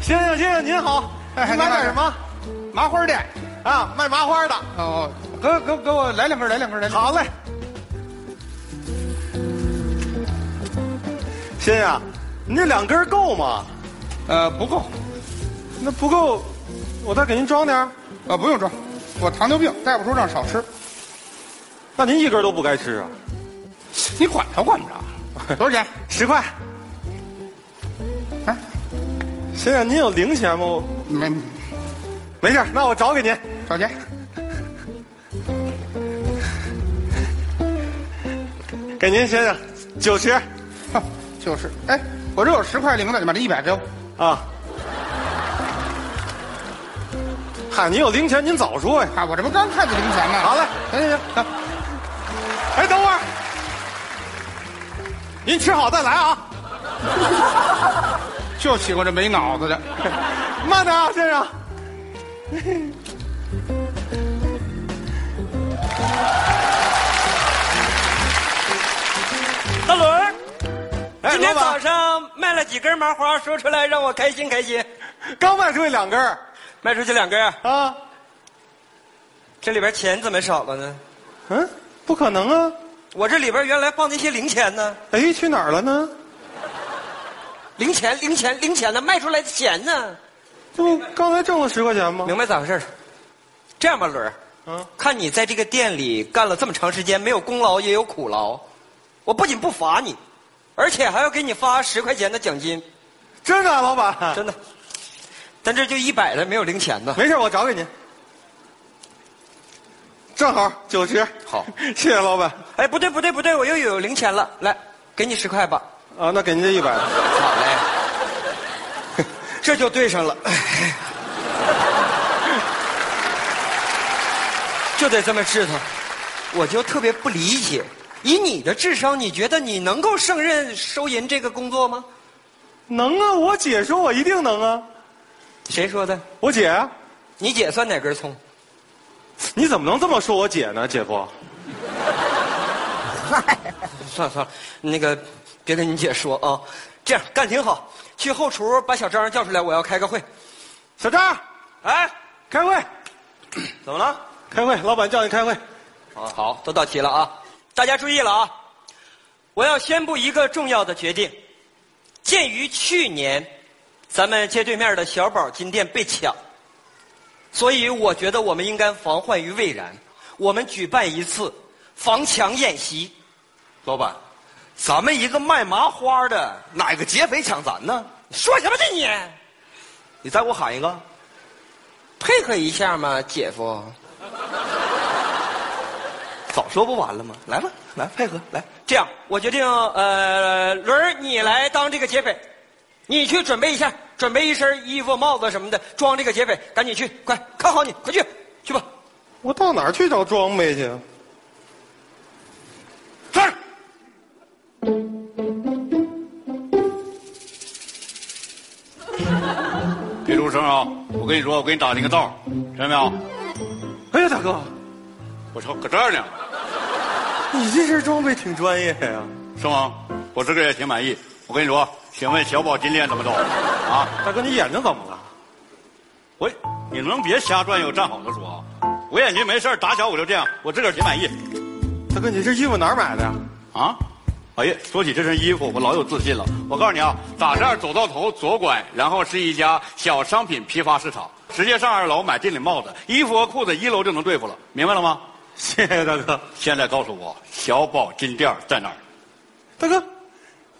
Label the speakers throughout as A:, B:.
A: 先生，先生您好，
B: 哎
A: 您买点什么？
B: 麻花店。
A: 啊，卖麻花的。
B: 哦，给我给我给我来两根，来两根，来两根。
A: 好嘞。先生，啊您这两根够吗？
B: 呃，不够，
A: 那不够，我再给您装点儿。
B: 呃，不用装，我糖尿病，大夫说让少吃。
A: 那您一根都不该吃啊？
B: 你管他管不着，多少钱？
A: 十块。
B: 哎，
A: 先生，啊您有零钱吗？我
B: 没
A: 没事儿，那我找给您。
B: 少钱？
A: 给您，先生，九十。
B: 哼，就是。哎，我这有十块零的，你把这一百给我。
A: 啊。嗨，您有零钱您早说呀！
B: 啊，我这不刚看见零钱呢。
A: 好嘞，
B: 行行行，行
A: 哎，等会儿，您吃好再来啊，
B: 就喜欢这没脑子的。
A: 慢点啊，先生。
C: 大伦儿，
A: 哎，
C: 今天
A: 老板
C: 早上卖了几根麻花，说出来让我开心开心。
A: 刚卖出去两根儿
C: 卖出去两根儿，
A: 啊，
C: 这里边钱怎么少了呢？
A: 嗯，不可能啊，
C: 我这里边原来放那些零钱呢，
A: 哎，去哪儿了呢？
C: 零钱零钱零钱呢，卖出来的钱呢？
A: 这不刚才挣了十块钱吗？
C: 明白咋回事了？这样吧，伦儿，
A: 嗯，
C: 看你在这个店里干了这么长时间，没有功劳也有苦劳，我不仅不罚你，而且还要给你发十块钱的奖金，
A: 真的啊，老板，
C: 真的。咱这就一百了，没有零钱呢。
A: 没事，我找给您，正好九十。
C: 好，
A: 谢谢老板
C: 哎，不对不对不对，我又有零钱了，来，给你十块吧。
A: 啊，那给您这一百吧。
C: 好嘞， 这就对上了， 就得这么治他。我就特别不理解，以你的智商，你觉得你能够胜任收银这个工作吗？
A: 能啊，我姐说我一定能啊，
C: 谁说的？
A: 我姐啊，
C: 你姐算哪根葱？
A: 你怎么能这么说我姐呢，姐夫？
C: 算了算了，那个别跟你姐说啊。这样干挺好，去后厨把小张叫出来，我要开个会。
A: 小张，
C: 哎，
A: 开会，
C: 怎么了？
A: 开会，老板叫你开会。
C: 好，好，都到齐了啊！大家注意了啊！我要宣布一个重要的决定。鉴于去年咱们街对面的小宝金店被抢，所以我觉得我们应该防患于未然，我们举办一次防抢演习。
D: 老板，
C: 咱们一个卖麻花的，
D: 哪个劫匪抢咱呢？
C: 说什么这你？
D: 你再给我喊一个。
C: 配合一下嘛，姐夫。
D: 早说不完了吗？来吧，来配合，来。
C: 这样，我决定，呃，伦儿你来当这个劫匪，你去准备一下，准备一身衣服、帽子什么的，装这个劫匪，赶紧去，快看好你，快去，去吧。
A: 我到哪儿去找装备去？啊
D: 是。别出声啊！我跟你说，我给你打听个道儿，听见没有？
A: 哎呀，大哥，
D: 我操，搁这儿呢，
A: 你这身装备挺专业呀、
D: 是吗？我自个儿也挺满意。我跟你说，请问小宝金链怎么走？啊？
A: 大哥，你眼睛怎么了？
D: 我，你能别瞎转悠，站好了说啊！我眼睛没事儿打小我就这样，我自个儿挺满意。
A: 大哥，你这衣服哪儿买的呀、
D: 啊，哎呀，说起这身衣服，我老有自信了。我告诉你啊，打这儿走到头左拐，然后是一家小商品批发市场，直接上二楼买定领帽子、衣服和裤子，一楼就能对付了，明白了吗？
A: 谢谢大哥，
D: 现在告诉我，小宝金店在哪儿？
A: 大哥，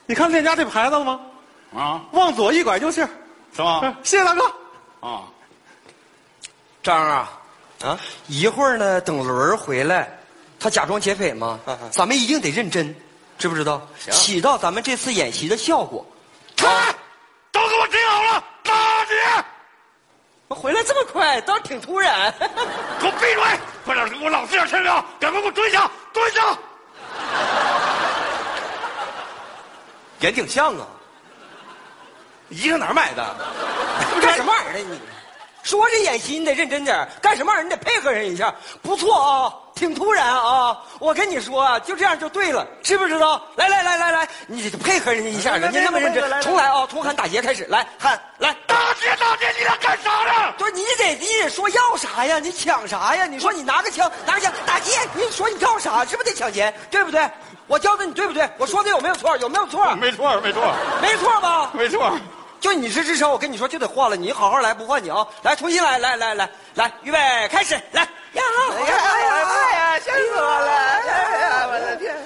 A: 你看链家这牌子了吗？
D: 啊，
A: 往左一拐就是。
D: 是吗
A: 啊？、谢谢大哥。
D: 啊，
C: 张啊，啊，一会儿呢，等伦儿回来，他假装劫匪嘛，咱们一定得认真，知不知道？起到咱们这次演习的效果。
D: 看，都给我听好了，打你！
C: 回来这么快，倒是挺突然。
D: 给我闭嘴！快点，给我老实点，听没有？赶快给我蹲下，蹲下！
C: 也挺像啊。衣裳哪儿买的？干什么玩意儿呢你？说这演习你得认真点儿，干什么玩意儿你得配合人一下。不错啊，挺突然啊！我跟你说啊，就这样就对了，知不知道？来来来来来，你得配合人家一下，人家那么认真，重来啊，从喊打劫开始，来喊来打劫！
D: 街大街，你俩干啥呢？
C: 不是你得你得说要啥呀？你抢啥呀？你说你拿个枪拿个枪打劫，你说你要啥？是不是得抢钱？对不对？我教的你对不对？我说的有没有错？有没有错？
D: 没错，没错，
C: 没错吧？
D: 没错。
C: 就你这智商，我跟你说就得换了，你好好来，不换你啊！来，重新来，来来来来，预备开始，来呀！哎呀哎呀，
B: 呀，吓死我了！哎呀，我的天！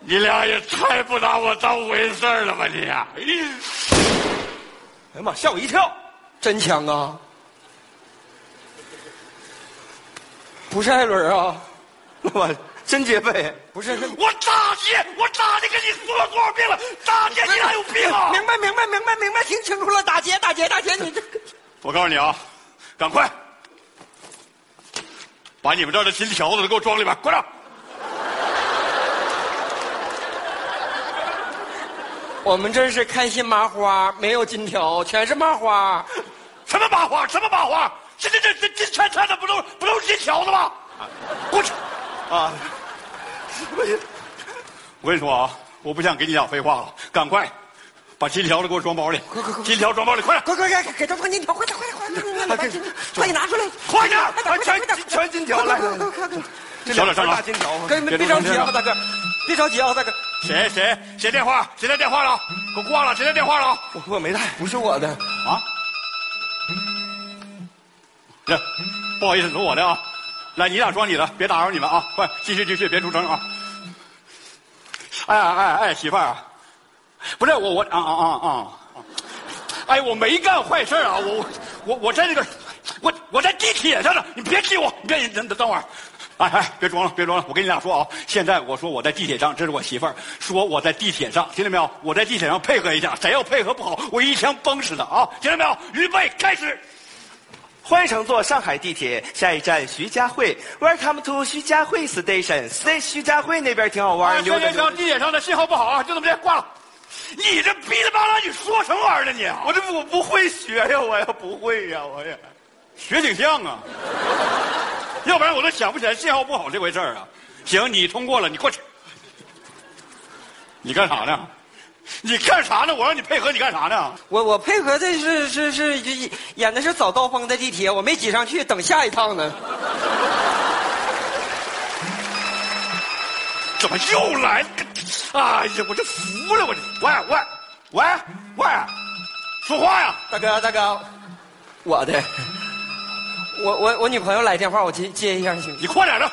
D: 你俩也太不拿我当回事儿了吧你、啊
C: 哎呀妈，吓我一跳！真枪啊！不是艾伦啊，
A: 老板真结背。
C: 不是，明
D: 我大姐，我大姐跟你说了多少遍了？大姐，你俩有病啊！
C: 白明白明白明白，听清楚了，打劫打劫打劫！你这
D: 我告诉你啊，赶快把你们这儿的金条子都给我装里边，快点！
C: 我们这是开心麻花，没有金条，全是麻花。
D: 什么麻花？什么麻花？这这这这这全全的不都不都是金条子吗？给我去！啊！我跟你说啊，我不想跟你俩废话了，赶快把金条子给我装包里，金条装包里，快点！
C: 快快快，给他放金条，快点快点快点快点快点，快点拿出来，
D: 快点儿
C: 快点快点，
A: 全金条来，
D: 小点声啊
A: 大！金条，
C: 哥，别别着急啊，大哥，别着急啊，大哥，
D: 谁谁谁电话？谁来电话了？给我挂了！谁来电话了？
A: 我我没带，不是我的。
D: 啊？来，不好意思，是我的啊。来，你俩装你的，别打扰你们啊！快，继续继续，别出声啊！哎呀哎哎，媳妇儿啊，不是我我啊啊啊啊！哎，我没干坏事啊，我我我在那个，我我在地铁上呢，你别激我，你别等等等会儿。哎哎，别装了，别装了！我跟你俩说啊，现在我说我在地铁上，这是我媳妇儿说我在地铁上，听见没有？我在地铁上配合一下，谁要配合不好，我一枪崩死他啊！听见没有？预备，开始。
E: 欢迎乘坐上海地铁，下一站徐家汇。Welcome to 徐家汇 Station。Station 徐家汇那边挺好玩，
A: 啊
D: 哎，
E: 溜达
D: 现在
E: 溜
D: 上
E: 达。
D: 地铁上的信号不好啊，就这么着挂了。你这逼里吧啦，你说什么玩意儿呢你？啊
E: 我这不我不会学呀，我也不会呀，我也。
D: 学挺像 啊，要不然我都想不起来信号不好这回事儿啊。行，你通过了，你过去。你干啥呢？你干啥呢？我让你配合，你干啥呢？
C: 我我配合的是是是演的是早高峰的地铁，我没挤上去，等下一趟呢。
D: 怎么又来了？哎呀，我这服了，我这喂喂喂喂，说话呀！
C: 大哥大哥，我的，我我我女朋友来电话，我接接一下行吗？
D: 你快点的！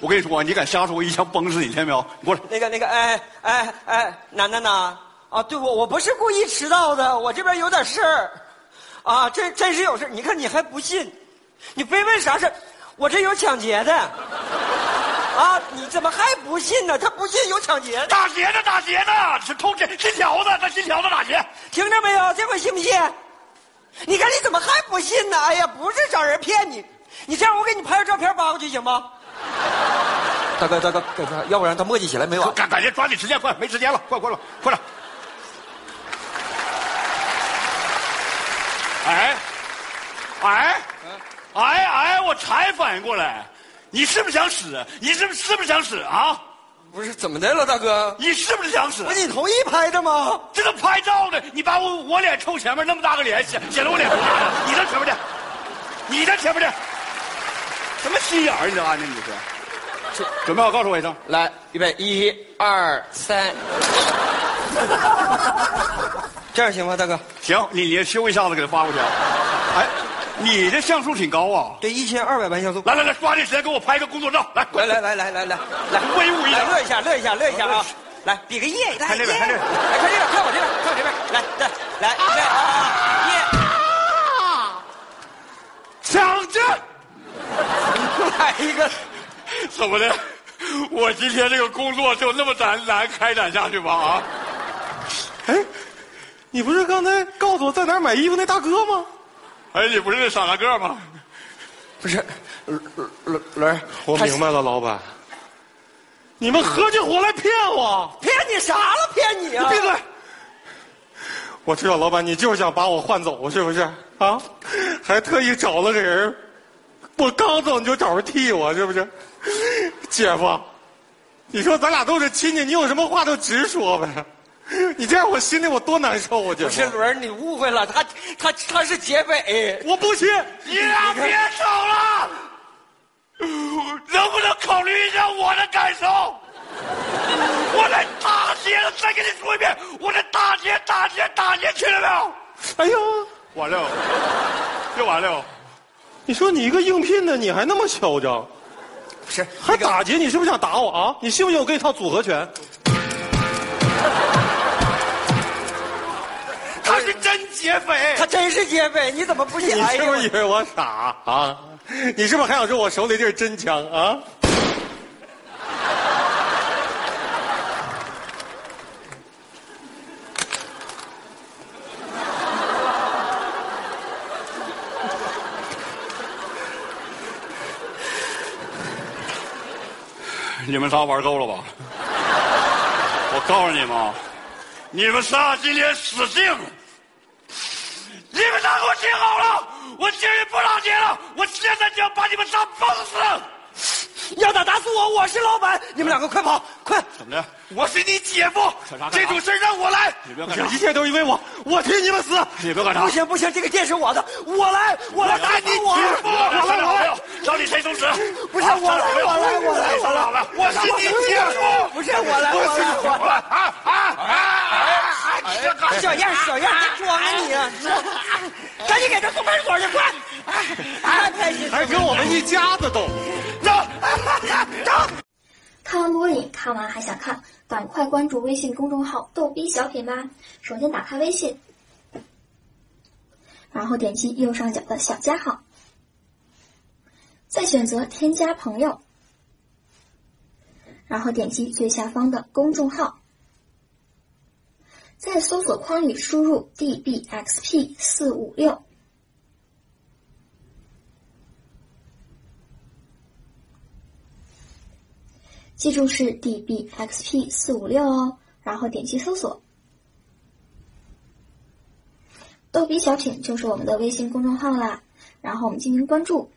D: 我跟你说，啊你敢瞎说，我一枪崩死你，听见没有？你过来。
C: 那个那个，哎哎哎，楠楠呐，啊，对我我不是故意迟到的，我这边有点事儿，啊，这真是有事儿你看你还不信，你非问啥事儿我这有抢劫的，啊，你怎么还不信呢？他不信有抢劫的，
D: 打劫呢，打劫呢！是偷金金条子，那金条子打劫。
C: 听着没有？这回信不信？你看你怎么还不信呢？哎呀，不是找人骗你，你这样我给你拍张照片发过去行吗？大哥，大哥，大哥，要不然他墨迹起来没完。
D: 赶赶紧抓紧时间，快没时间了，快快了，快点！哎，哎，哎哎，我才反应过来，你是不是想死？你是不是是不是想死啊？
C: 不是怎么的了，大哥？
D: 你是不是想死
C: 不？是你同意拍的吗？
D: 这都拍照呢，你把我我脸抽前面那么大个脸，显显得我脸不大呀？你站前面去，你站前面去，什么心眼儿啊你这玩意儿你这是？准备好告诉我一声。
C: 来，预备，一、二、三。这样行吗，大哥？
D: 行，你你修一下子给他发过去啊。哎，你这像素挺高啊！
C: 对，一千二百万像素。
D: 来来来，抓紧时间给我拍个工作照，来，
C: 来来来来来来来，
D: 威武一点
C: 来乐一下，乐一下，乐一下啊！来，比个耶！来
D: 看这边
C: 耶
D: 看这边
C: 来，看这边，看我这边，看我这边。来，来，来，来啊啊！耶！
D: 抢劫！
C: 来一个，
D: 怎么的？我今天这个工作就那么难难开展下去吗？啊，
A: 哎，你不是刚才告诉我在哪儿买衣服那大哥吗？
D: 哎，你不是那傻大个吗？
C: 不是，伦伦伦，
A: 我
C: 他
A: 明白了，老板，你们合起伙来骗我！
C: 骗你啥了？骗你啊！
A: 闭嘴！我知道，老板，你就是想把我换走，是不是？啊，还特意找了个人，我刚走你就找人替我，是不是？姐夫，你说咱俩都是亲戚，你有什么话就直说呗。你这样我心里我多难受啊！姐
C: 不是
A: 夫，
C: 伦儿，你误会了，他他他是结尾。
A: 我不信。
D: 你俩别吵了，能不能考虑一下我的感受？我在大街上，再跟你说一遍，我在大街、大街、大街去了没有？
A: 哎呦，
D: 完了，就完了。
A: 你说你一个应聘的，你还那么嚣张，
C: 不是，
A: 还打劫？你是不是想打我啊？你信不信我给你套组合拳？
D: 他是真劫匪，
C: 他真是结尾，你怎么不信？
A: 你
C: 哎
A: 是
C: 呦
A: 不是以为我傻啊？你是不是还想说我手里这是真枪啊？
D: 哎你们仨玩够了吧？我告诉你们啊，你们仨今天死定了！你们仨给我听好了，我今儿不打劫了，我现在就要把你们仨崩死！
C: 要打打死我，我是老
A: 啊
C: 板，你们两个快跑，快！
D: 怎么的？
E: 我是你姐夫
D: 干
C: 啊
D: 啥干啥，
E: 这种事儿让我来。
D: 你不要
A: 不
D: 干
A: 是
D: 啥，
A: 一切都因为我，我替你们死。
D: 你不要干啥
C: 不！行不行，这个店是我的，我来，我来打
D: 打
C: 死我！我来，我来，，
D: 到底谁松弛？
C: 不是我来，我来，我来，我来，
D: 我是你姐夫，
C: 不是我来，我来，我来。
D: 啊啊啊！你这干
C: 小样儿小样儿，你装啊你啊！赶紧给他送派出所去，快！太开心了，
A: 还跟我们一家子斗。
F: 看完不过瘾，看完还想看，赶快关注微信公众号“逗逼小品”吧。首先打开微信，然后点击右上角的小加号，再选择添加朋友，然后点击最下方的公众号，在搜索框里输入 “dbxp 四五六”。记住是 dbxp 四五六哦，然后点击搜索。逗比小品就是我们的微信公众号啦，然后我们进行关注，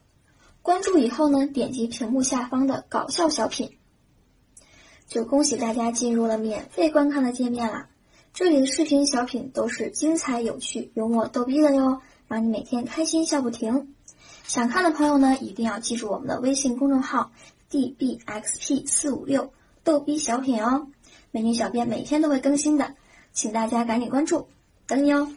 F: 关注以后呢，点击屏幕下方的搞笑小品，就恭喜大家进入了免费观看的界面啦。这里的视频小品都是精彩有趣、幽默逗逼的哟，让你每天开心笑不停。想看的朋友呢，一定要记住我们的微信公众号 dbxp 四五六逗逼小品哦，美女小编每天都会更新的，请大家赶紧关注，等你哦。